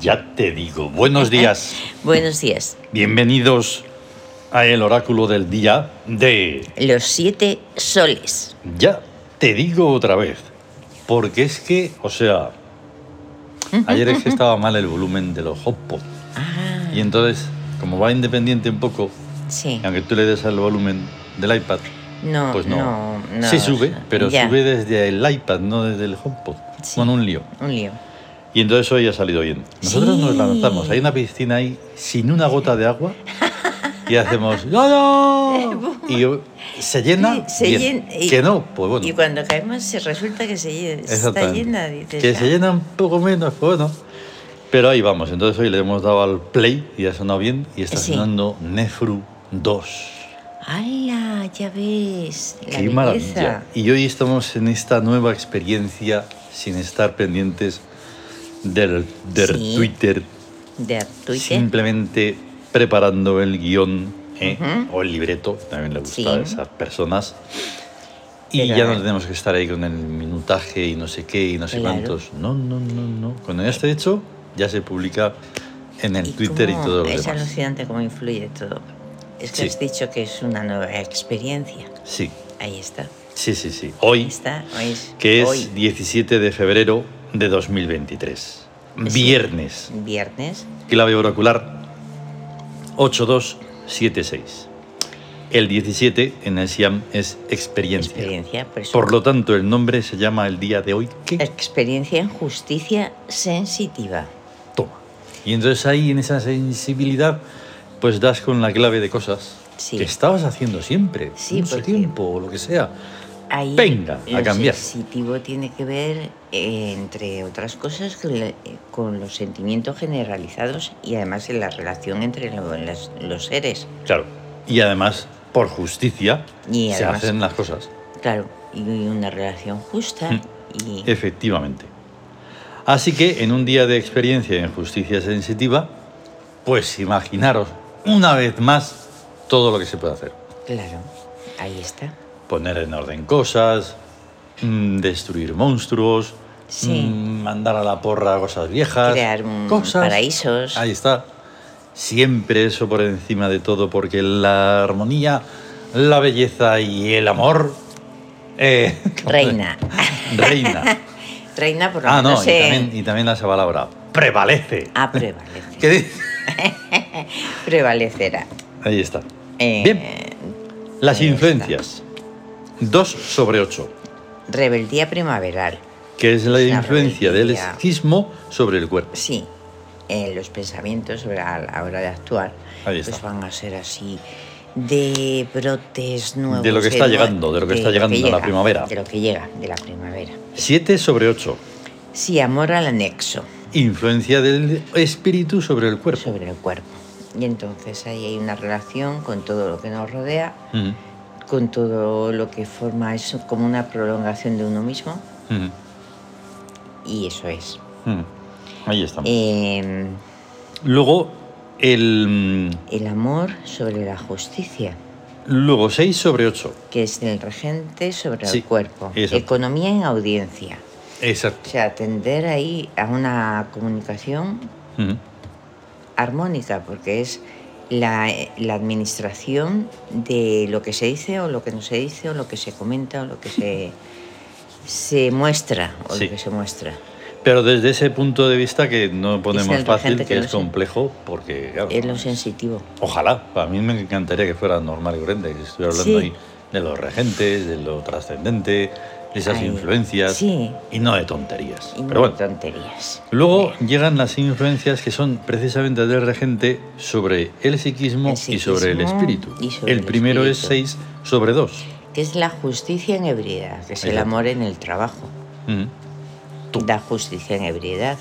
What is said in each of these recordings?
Ya te digo, buenos días. Buenos días. Bienvenidos a el oráculo del día de... Los siete soles. Ya te digo otra vez, porque es que, o sea, ayer es que estaba mal el volumen de los hotpots. Ah. Y entonces, como va independiente un poco, Sí. aunque tú le des al volumen del iPad, No, Ah, pues no. no, no, sí sube, pero ya. sube desde el iPad, no desde el HomePod. Sí. Bueno, un lío. Un lío. Y entonces hoy ha salido bien. Nosotros nos Sí. lanzamos. Hay una piscina ahí sin una gota de agua y hacemos ¡No, no! Y yo- se llena. Sí, se bien. llena y- que no, pues bueno. Y cuando caemos se resulta que se lle- está exactamente. llena. dices, que ah, se llena un poco menos, pues bueno. Pero ahí vamos. Entonces hoy le hemos dado al play y ha sonado bien y está Sí. sonando Nefru 2. ¡Hala! "Ah, Ya ves. La ¡Qué belleza. maravilla! Y hoy estamos en esta nueva experiencia sin estar pendientes del, del Sí. Twitter De Artuite. simplemente preparando el guión ¿eh? Ujú. o el libreto, también le gusta Sí. a esas personas. Y Pero, ya a no ver. tenemos que estar ahí con el minutaje y no sé qué y no sé Claro. cuántos. No, no, no, no. Con este hecho ya se publica en el Twitter y cómo todo lo Es demás. alucinante cómo influye todo. Es Sí. que has dicho que es una nueva experiencia. Sí, Ahí está. sí, sí, sí. Ahí Hoy, está. Hoy es, que es hoy, 17 de febrero de 2023. Sí. Viernes. viernes. clave oracular 8276. El 17 en el Siam es experiencia. Experiencia. Por, eso- Por lo tanto, el nombre se llama el día de hoy que Experiencia en justicia sensitiva. toma. Y entonces ahí en esa sensibilidad pues das con la clave de cosas Sí. que estabas haciendo siempre, Sí, mucho porque- tiempo o lo que sea. Ahí Venga, a lo cambiar. sensitivo tiene que ver, eh, entre otras cosas, con la- eh, con los sentimientos generalizados y además en la relación entre lo- las- los seres. Claro. Y además, por justicia, Y se además- hacen las cosas. Claro, y una relación justa Mm. y... Efectivamente. Así que en un día de experiencia en justicia sensitiva, pues imaginaros una vez más todo lo que se puede hacer. Claro, ahí está. Poner en orden cosas, mm, destruir monstruos, Sí. mm, mandar a la porra cosas viejas, Crear un cosas. paraísos. Ahí está. Siempre eso por encima de todo, porque la armonía, la belleza y el amor... eh, Reina. Reina. Reina, por lo Ah, no, menos y en- también, y también la palabra prevalece. Ah, prevalece. ¿Qué dice? Prevalecerá. Ahí está. Eh, Bien. Las ahí está. influencias. 2 sobre 8, Rebeldía primaveral. que es la Es la influencia del rebeldía. esquismo sobre el cuerpo. Sí, eh, los pensamientos sobre a la hora de actuar Ahí pues está. van a ser así de brotes nuevos. De lo que está nue- llegando, de lo que está llegando la primavera. De lo que llega, de la primavera. 7 sobre 8, Sí, amor al anexo influencia del espíritu sobre el cuerpo. sobre el cuerpo. Y entonces ahí hay una relación con todo lo que nos rodea, Ujú, con todo lo que forma eso como una prolongación de uno mismo. ujú, Y eso es. ujú. mm. Ahí estamos. Eh, Luego, el. mm, el amor sobre la justicia. Luego 6 sobre 8. que es el regente sobre Sí, el cuerpo. exacto. Economía en audiencia. O Exacto. sea, atender ahí a una comunicación Ujú, armónica, porque es la, la administración de lo que se dice o lo que no se dice, o lo que se comenta o lo que se, se muestra o Sí. lo que se muestra. Pero desde ese punto de vista que no ponemos el fácil, regente que, que es lo sé. complejo, porque. claro, Es lo es- sensitivo. Ojalá, a mí me encantaría que fuera normal y corriente, que estuviera hablando Sí. ahí de los regentes, de lo trascendente, de esas Ay, influencias sí. y no de tonterías. Y Pero no bueno, tonterías. luego llegan las influencias que son precisamente del regente sobre el psiquismo, El y sobre el psiquismo espíritu. y sobre el el primero es espíritu. 6 sobre 2. Que es la justicia en ebriedad, que es el Exacto. amor en el trabajo. Da justicia en ebriedad.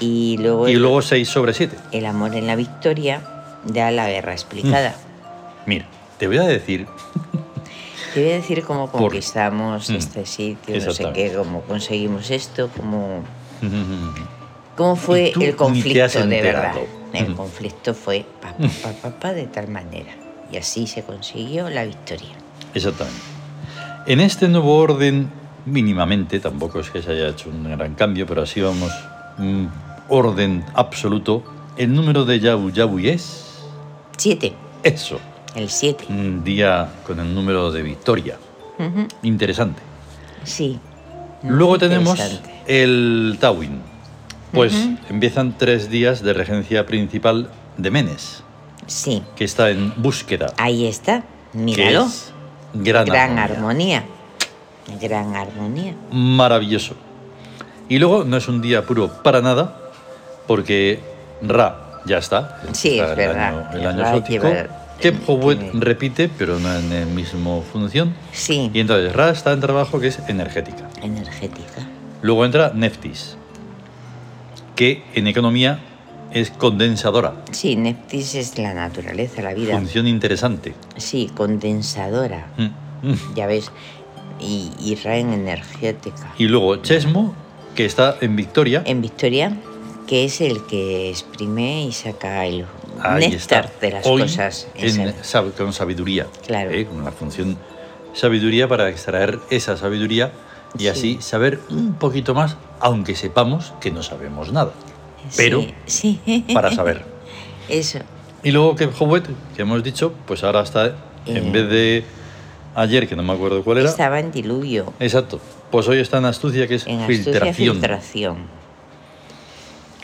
Y luego Y el- luego 6 sobre 7. El amor en la victoria da la guerra explicada. Mm. Mira, te voy a decir Te voy a decir cómo Por- conquistamos Mm. este sitio, no sé Exactamente. qué, cómo conseguimos esto, cómo, cómo fue Y tú ni el te has conflicto de verdad. enterado. El Mm. conflicto fue pa, pa, pa, pa, pa, de tal manera. Y así se consiguió la victoria. Exactamente. En este nuevo orden, mínimamente, tampoco es que se haya hecho un gran cambio, pero así vamos mm, orden absoluto, el número de Yabu Yabu es Siete, eso. el siete. Un día con el número de Victoria. Ujú, Interesante. Sí. Muy Luego tenemos interesante. el Tawin. Pues Ujú. empiezan tres días de regencia principal de Menes, Sí, que está en búsqueda. ahí está. que Ah, Míralo. es gran, Gran armonía. armonía. Gran armonía. maravilloso. Y luego no es un día puro para nada, porque Ra ya está. Sí, Está es el verdad. año- el Ra año exótico. lleva- Kephovet tiene- repite, pero no en el mismo función. Sí. Y entonces Ra está en trabajo que es energética. Energética. Luego entra Neftis, que en economía es condensadora. Sí, Neptis es la naturaleza, la vida. Función interesante. Sí, condensadora. Mm, mm. Ya ves. Y, y Raen energética. Y luego Chesmo, que está en Victoria. En Victoria, que es el que exprime y saca el Ahí néctar está. de las Hoy, cosas. en Esa- sab- con sabiduría. Claro. ¿eh? Con la función sabiduría para extraer esa sabiduría y Sí. así saber un poquito más, aunque sepamos que no sabemos nada. Pero Sí, sí. para saber. Eso. Y luego que Howet, que hemos dicho, pues ahora está, en Eh. vez de ayer, que no me acuerdo cuál era. Estaba en diluvio. Exacto. Pues hoy está en astucia, que es En astucia, filtración. filtración.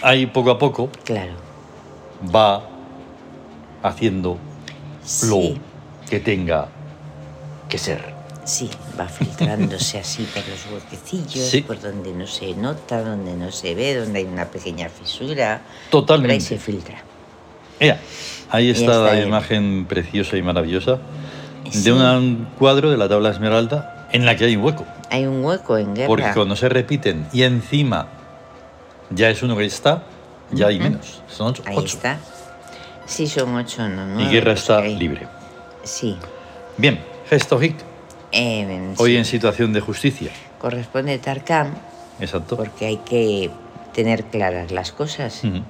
Ahí poco a poco Claro. va haciendo lo Sí, que tenga que ser. sí, va filtrándose así por los huequecillos, Sí. por donde no se nota, donde no se ve, donde hay una pequeña fisura. Por ahí Totalmente. se filtra. Ea, ahí está, está la bien. imagen preciosa y maravillosa Sí. de un cuadro de la tabla esmeralda en la que hay un hueco. Hay un hueco en guerra. Porque cuando se repiten y encima ya es uno que está, ya hay Ujú. menos. Son ocho. Ahí ocho. está. Mm, Sí, son ocho, no nueve. Y guerra los está que hay. libre. Sí. Bien, gesto hic, Eh, hoy sí, en situación de justicia. Corresponde Tarkam Exacto. porque hay que tener claras las cosas Ujú.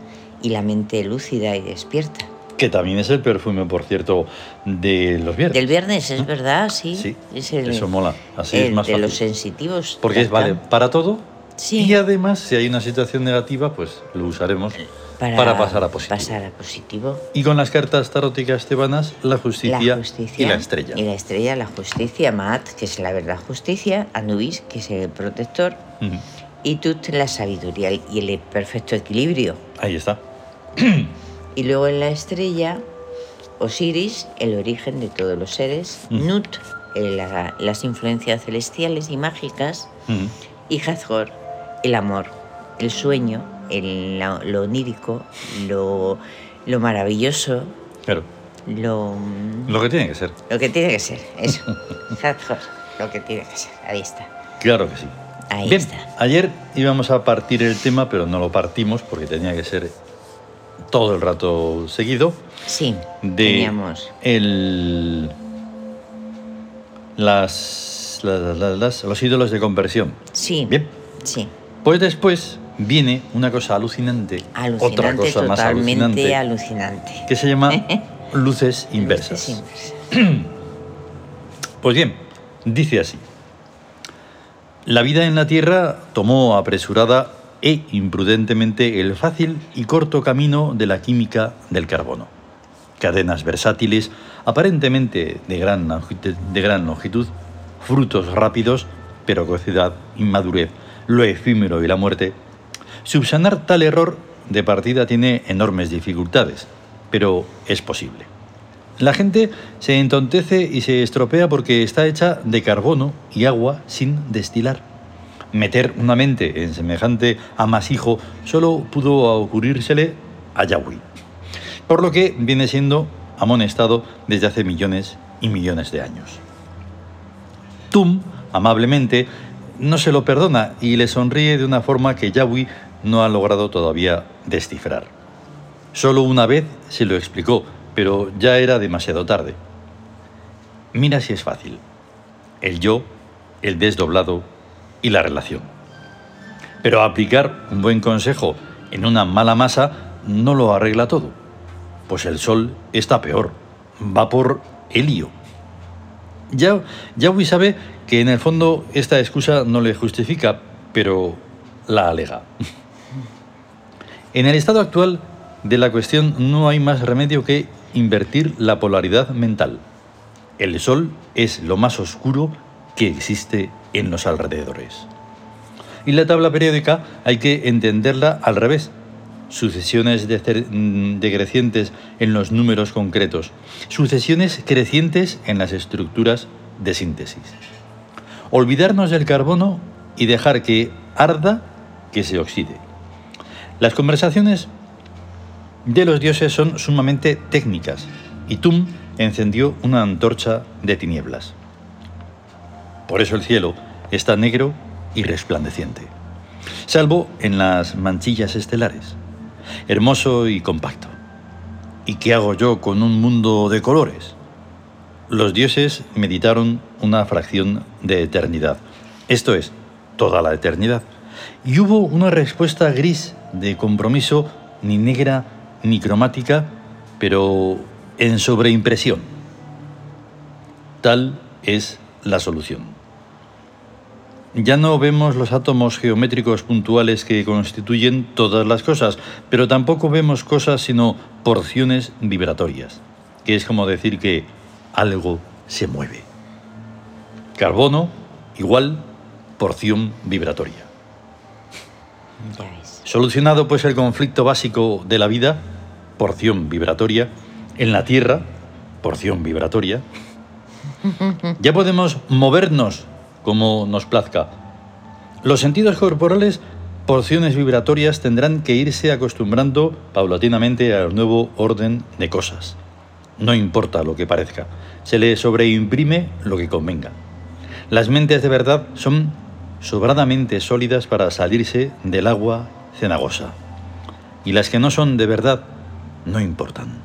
y la mente lúcida y despierta. Que también es el perfume, por cierto, de los viernes. Del viernes, es verdad, sí. Sí, Es el- eso mola. Así el es más de fácil. los sensitivos. Porque es vale Tarkam. para todo. Sí. Y además, si hay una situación negativa, pues lo usaremos para, pasar a positivo. Eh, pasar a positivo. Y con las cartas taróticas tebanas, la justicia, la justicia y la estrella. Y la estrella, la justicia, Maat, que es la verdad justicia, Anubis, que es el protector, Ujú. y Tut, la sabiduría y el perfecto equilibrio. Ahí está. Y luego en la estrella, Osiris, el origen de todos los seres, Mm. Nut, el- la- las influencias celestiales y mágicas, Ujú. y Hathor, el amor, el sueño, el- la- lo onírico, lo, lo maravilloso, Claro, lo, mm, lo que tiene que ser. lo que tiene que ser, eso. Hathor, lo que tiene que ser, ahí está. Claro que sí. Ahí Bien, está. ayer íbamos a partir el tema, pero no lo partimos porque tenía que ser todo el rato seguido. Sí, De teníamos. el las, las- las- las- los ídolos de conversión. Sí, Bien. sí. Pues después viene una cosa alucinante, Alucinante, otra cosa más alucinante, totalmente alucinante. que se llama luces inversas. Luces inversas. Pues bien, dice así. La vida en la Tierra tomó apresurada e imprudentemente el fácil y corto camino de la química del carbono. Cadenas versátiles, aparentemente de gran, longitu- de gran longitud, frutos rápidos, pero cocidad, inmadurez, lo efímero y la muerte. Subsanar tal error de partida tiene enormes dificultades, pero es posible. La gente se entontece y se estropea porque está hecha de carbono y agua sin destilar. Meter una mente en semejante amasijo solo pudo ocurrírsele a Yahweh. Por lo que viene siendo amonestado desde hace millones y millones de años. Tum, amablemente, no se lo perdona y le sonríe de una forma que Yahweh no ha logrado todavía descifrar. Solo una vez se lo explicó, pero ya era demasiado tarde. Mira si es fácil. El yo, el desdoblado y la relación. Pero aplicar un buen consejo en una mala masa no lo arregla todo. Pues el sol está peor. Va por helio. Ya, Yahweh sabe que en el fondo esta excusa no le justifica, pero la alega. En el estado actual de la cuestión no hay más remedio que invertir la polaridad mental. El sol es lo más oscuro que existe en los alrededores. Y la tabla periódica hay que entenderla al revés. Sucesiones de- mm, decrecientes en los números concretos. Sucesiones crecientes en las estructuras de síntesis. Olvidarnos del carbono y dejar que arda, que se oxide. Las conversaciones de los dioses son sumamente técnicas y Tum encendió una antorcha de tinieblas. Por eso el cielo está negro y resplandeciente, salvo en las manchillas estelares, hermoso y compacto. ¿Y qué hago yo con un mundo de colores? Los dioses meditaron una fracción de eternidad, esto es, toda la eternidad, y hubo una respuesta gris de compromiso, ni negra ni cromática, pero en sobreimpresión. Tal es la solución. Ya no vemos los átomos geométricos puntuales que constituyen todas las cosas, pero tampoco vemos cosas sino porciones vibratorias, que es como decir que algo se mueve. Carbono igual porción vibratoria. Ya ves. Solucionado pues el conflicto básico de la vida, porción vibratoria, en la Tierra, porción vibratoria, ya podemos movernos como nos plazca. Los sentidos corporales, porciones vibratorias, tendrán que irse acostumbrando paulatinamente al nuevo orden de cosas. No importa lo que parezca, se le sobreimprime lo que convenga. Las mentes de verdad son sobradamente sólidas para salirse del agua cenagosa. Y las que no son de verdad no importan.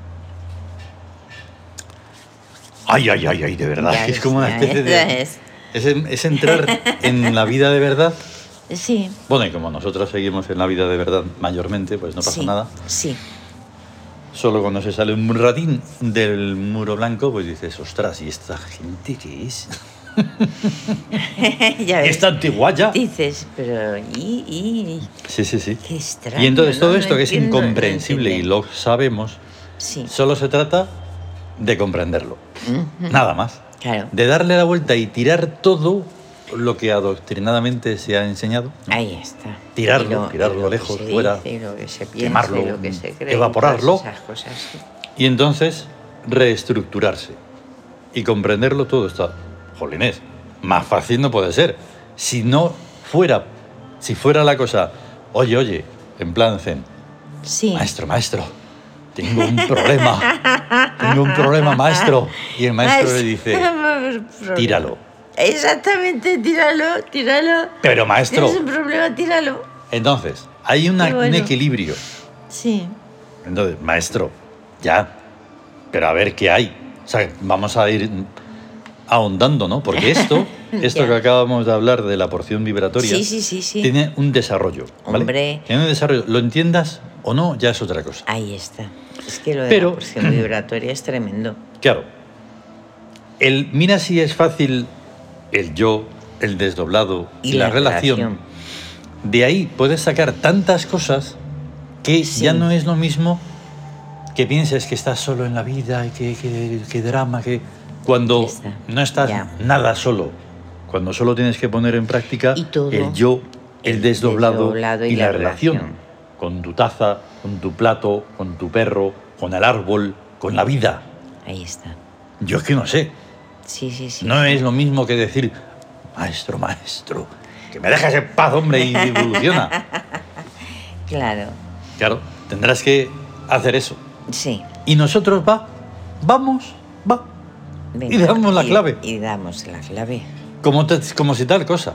Ay, ay, ay, ay, de verdad. Ya que es ves, como una ya especie ves, ya de. ves. Es, en- es entrar en la vida de verdad. Sí. Bueno, y como nosotros seguimos en la vida de verdad mayormente, pues no pasa sí, nada. Sí. Solo cuando se sale un ratín del muro blanco, pues dices, ostras, ¿y esta gente qué es? ya ves. ¿Esta antiguaya? Dices, pero ¿y, y Sí, sí, sí. qué extraño? Y entonces ¿no? todo No esto que es entiendo, no incomprensible y entiendo. lo sabemos, Sí, solo se trata de comprenderlo. Nada más. claro. De darle la vuelta y tirar todo lo que adoctrinadamente se ha enseñado. Ahí está. Tirarlo, Y lo- y tirarlo lo que lejos, se fuera, dice, y lo que se piensa, y quemarlo, lo que se cree, y evaporarlo. todas esas cosas, sí. Y entonces reestructurarse y comprenderlo todo está. Jolines, más fácil no puede ser. Si no fuera, si fuera la cosa, oye, oye, en plan zen, Sí. maestro, maestro, tengo un problema, tengo un problema, maestro. Y el maestro le dice, dice, tíralo. Exactamente, tíralo, tíralo. Pero maestro, Tienes un problema, tíralo. entonces, hay una- Qué bueno. un equilibrio. Sí, Entonces, maestro, ya. Pero a ver qué hay. O sea, vamos a ir ahondando, ¿no? Porque esto, esto Ya. que acabamos de hablar de la porción vibratoria, sí, sí, sí, sí. tiene un desarrollo. ¿vale? Hombre. Tiene un desarrollo. Lo entiendas o no, ya es otra cosa. Ahí está. Es que lo de Pero- la porción vibratoria es tremendo. Claro. El mira si es fácil el yo, el desdoblado y, la, relación. De ahí puedes sacar tantas cosas que Sí. ya no es lo mismo que pienses que estás solo en la vida y que, que- que drama, que cuando Ya está. no estás Ya. nada solo, cuando solo tienes que poner en práctica Y todo. el yo, el El desdoblado, desdoblado y, la, relación. con tu taza, con tu plato, con tu perro, con el árbol, con la vida. Ahí está. Yo es que no sé, Sí, sí, sí. no es lo mismo que decir, maestro, maestro, que me dejas en paz, hombre, y evoluciona. Claro, Claro, tendrás que hacer eso. sí. Y nosotros va, vamos, va, venga, Y damos la clave. Y damos la clave. como, te- como si tal cosa.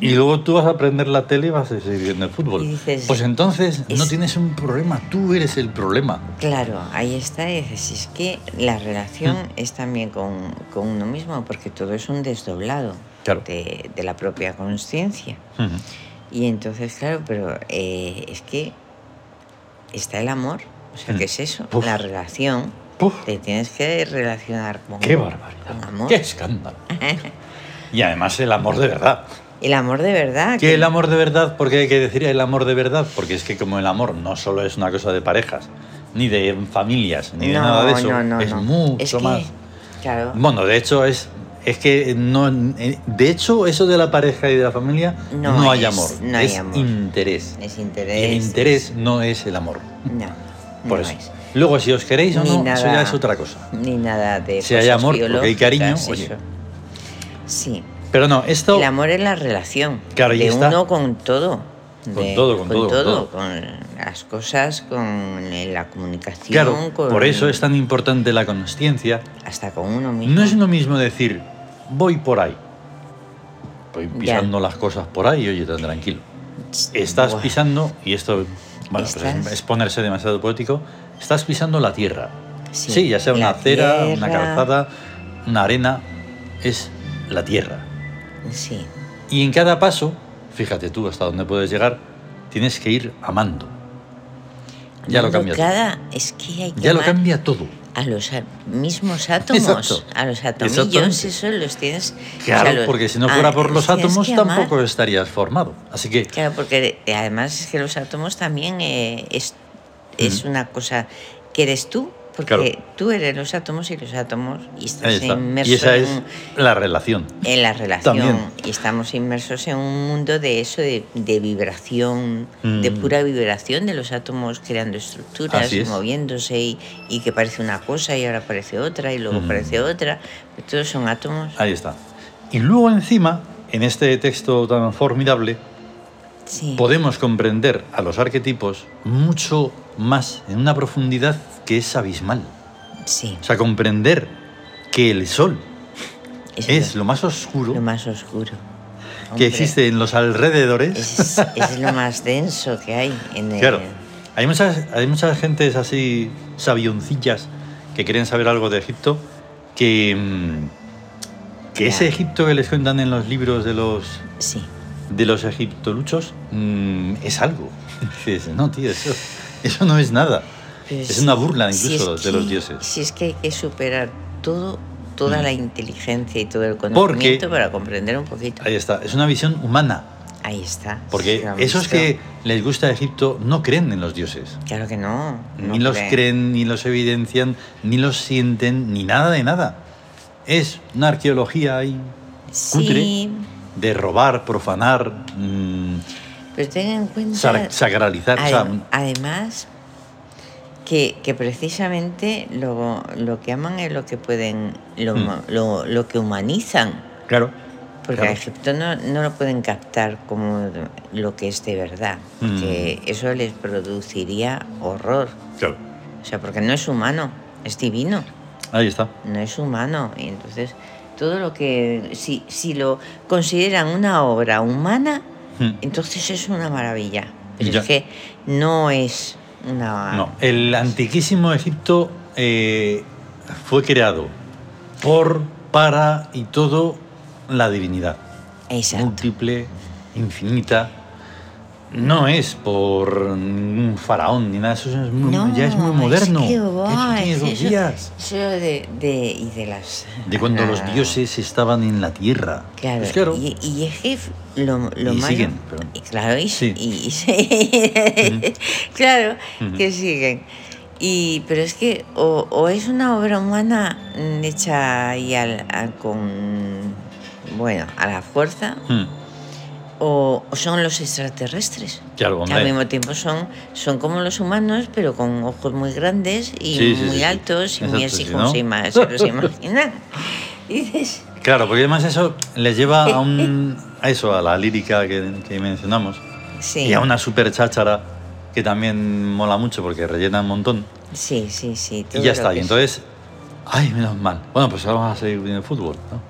Y luego tú vas a aprender la tele y vas a seguir viendo el fútbol. Y dices, pues entonces no es- tienes un problema, tú eres el problema. Claro, ahí está. y dices, es que la relación es también con, con uno mismo, porque todo es un desdoblado Claro. de, de la propia conciencia. Ujú. Y entonces, claro, pero eh, es que está el amor. O sea, ¿qué es eso? Uf. La relación. Mm. Puf, Te tienes que relacionar con, ¡Qué con barbaridad! amor. ¡Qué escándalo! y además el amor de verdad. El amor de verdad. ¿Qué el amor de verdad? ¿Por qué hay que decir el amor de verdad? Porque es que como el amor no solo es una cosa de parejas, ni de familias, ni de No, nada de eso, no, no, es no. mucho Es que- más. Claro. Bueno, de hecho es es que no eh, de hecho eso de la pareja y de la familia no, No hay es- amor, no hay es amor. interés. Es Y el interés. interés no es el amor. No. Por no eso. es. Luego si os queréis o Ni no, nada- eso ya es otra cosa. Ni nada de. Si hay cosas amor, porque hay cariño, biológicas, oye. eso. Sí. Pero no, esto El amor es la relación. Claro, ahí de está. uno con todo. Con de- todo, con todo, con todo. con las cosas, con la comunicación, claro, con- por eso es tan importante la consciencia. hasta con uno mismo. No es lo mismo decir voy por ahí. Voy pisando las cosas por ahí, oye, tan tranquilo. Estás Buah. pisando, y esto bueno, pues Estás- es, es ponerse demasiado poético, estás pisando la tierra. Sí, Sí, ya sea una la acera, una tierra. calzada, una arena, es la tierra. Sí, Y en cada paso, fíjate tú hasta dónde puedes llegar, tienes que ir amando. Ya lo Cuando cambia todo. cada- es que hay que Ya lo amar cambia todo. a los a- mismos átomos, Exacto. a los atomillos, Exactamente. eso los tienes. Claro, o sea, los- porque si no ah, fuera por los tienes átomos que amar. tampoco estarías formado. Así que Claro, porque eh, además es que los átomos también eh, es, es una cosa que eres tú, porque Claro. tú eres los átomos y los átomos y estás ahí está. inmerso Y esa en, es la relación. en la relación También. y estamos inmersos en un mundo de eso, de, de vibración, de Mm. pura vibración de los átomos creando estructuras, Así es. moviéndose y, y que parece una cosa y ahora parece otra y luego Mm. parece otra, pero todos son átomos. Ahí está. Y luego encima, en este texto tan formidable, Sí. podemos comprender a los arquetipos mucho más, en una profundidad que es abismal. sí, O sea, comprender que el sol eso es lo más oscuro lo más oscuro. que Hombre, existe en los alrededores. Es, eh, es lo más denso que hay en el... Claro, hay muchas, hay muchas gentes así sabioncillas que quieren saber algo de Egipto, que, mm, que ese Ya. Egipto que les cuentan en los libros de los Sí, de los egiptoluchos mm, es algo. Dices, no, tío, eso, eso no es nada. pero Es si- una burla Pues si incluso es de los que- dioses. Si es que hay que superar todo, toda Mm. la inteligencia y todo el Porque- conocimiento para comprender un poquito. Ahí está, es una visión humana, Ahí está. porque sí, lo han esos visto. que les gusta Egipto no creen en los dioses. Claro que no. no Ni los creen, ni los evidencian, ni los sienten, ni nada de nada. Es una arqueología ahí cutre Sí, de robar, profanar, mm, pero ten en cuenta... sar- sacralizar. o sea, adem- además, que, que precisamente lo, lo que aman es lo que pueden... Lo, Mm. lo, lo que humanizan. claro. Porque claro. a Egipto no, no lo pueden captar como lo que es de verdad, Mm. porque eso les produciría horror. Claro. O sea, porque no es humano, es divino, Ahí está. no es humano. Y entonces, todo lo que, si, si lo consideran una obra humana, Mm. entonces es una maravilla. Pero Ya. es que no es una... No, el antiquísimo Egipto eh, fue creado por, para y todo la divinidad. Exacto. Múltiple, infinita. No es por un faraón ni nada, eso es muy- No, ya es muy moderno. Es que, Ya eso buah, tiene es dos eso- días. eso de, de- y de las... De cuando los ah, dioses estaban en la tierra. Claro, Pues claro. Y, y es que f- lo, lo Y malo- siguen, perdón. y Claro, y, Sí. y- y sí. claro Ujú. que siguen. Y, pero es que o, o es una obra humana mm, hecha ahí al- a- con, bueno, a la fuerza, Mm, o, o son los extraterrestres. claro, Al hombre. mismo tiempo son, son como los humanos, pero con ojos muy grandes y Sí, sí, muy sí, sí. altos y muy Exacto, así sí, como ¿no? se, ima- se los imaginan. Y dices, Claro, porque además eso les lleva a un a eso, a la lírica que, que mencionamos. sí. Y a una super cháchara que también mola mucho porque rellena un montón. Sí, sí, sí. Y todo ya lo está. que Y es- entonces, ay, menos mal. Bueno, pues ahora vamos a seguir viendo el fútbol. ¿no?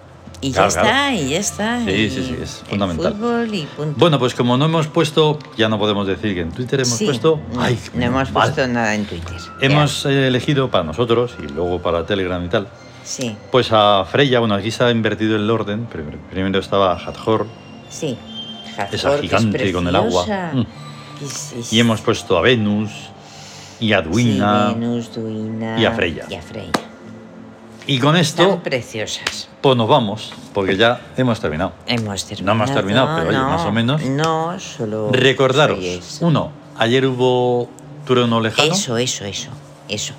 Y Claro, ya claro. está, y ya está. Sí, y sí, sí, es el fundamental. fútbol y punto. Bueno, pues como no hemos puesto, ya no podemos decir que en Twitter hemos Sí, puesto. no, Ay, no hemos mal. puesto nada en Twitter. Hemos eh, elegido para nosotros y luego para Telegram y tal. Ya, Sí, Pues a Freya, bueno, aquí se ha invertido el orden. Primero, primero estaba Hathor sí. Esa Hathor, que es gigante con el agua. preciosa. Mm. Que es- es- y hemos puesto a Venus y a sí, Duina. Venus, Duina. y a Freya. Y a Freya. Y con esto, Tan preciosas. pues nos vamos, porque ya hemos terminado. Hemos terminado. No hemos terminado, pero oye, más o menos. No, solo. Recordaros, sois- uno, ayer hubo Trueno Lejano. Eso, eso, eso. Eso.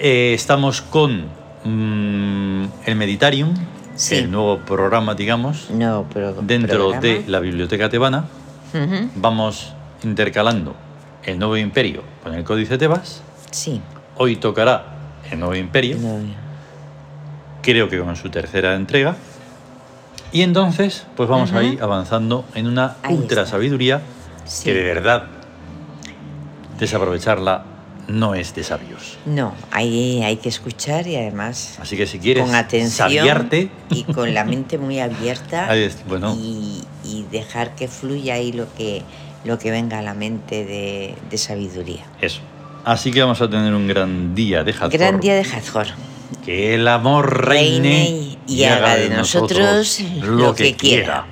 Eh, estamos con mm, el Meditarium, Sí. el nuevo programa, digamos, No, pero. dentro programa. de la Biblioteca Tebana. Ujú, Vamos intercalando el Nuevo Imperio con el Códice Tebas. Sí. Hoy tocará el Nuevo Imperio, No, creo que con su tercera entrega. Y entonces, pues vamos Ajá. a ir avanzando en una Ahí ultra está. sabiduría Sí. que de verdad desaprovecharla no es de sabios. no, ahí hay que escuchar y además. Así que si quieres con atención sabiarte, y con la mente muy abierta Ahí es, bueno. y, y dejar que fluya ahí lo que lo que venga a la mente de, de sabiduría. Eso. Así que vamos a tener un gran día de Hathor. Gran día de Hathor. Que el amor reine, Reine y haga de nosotros lo que quiera.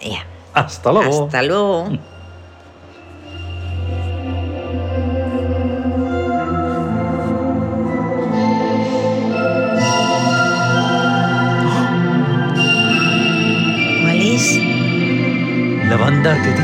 Ya. Hasta luego. Hasta luego. ¿Cuál es? La banda que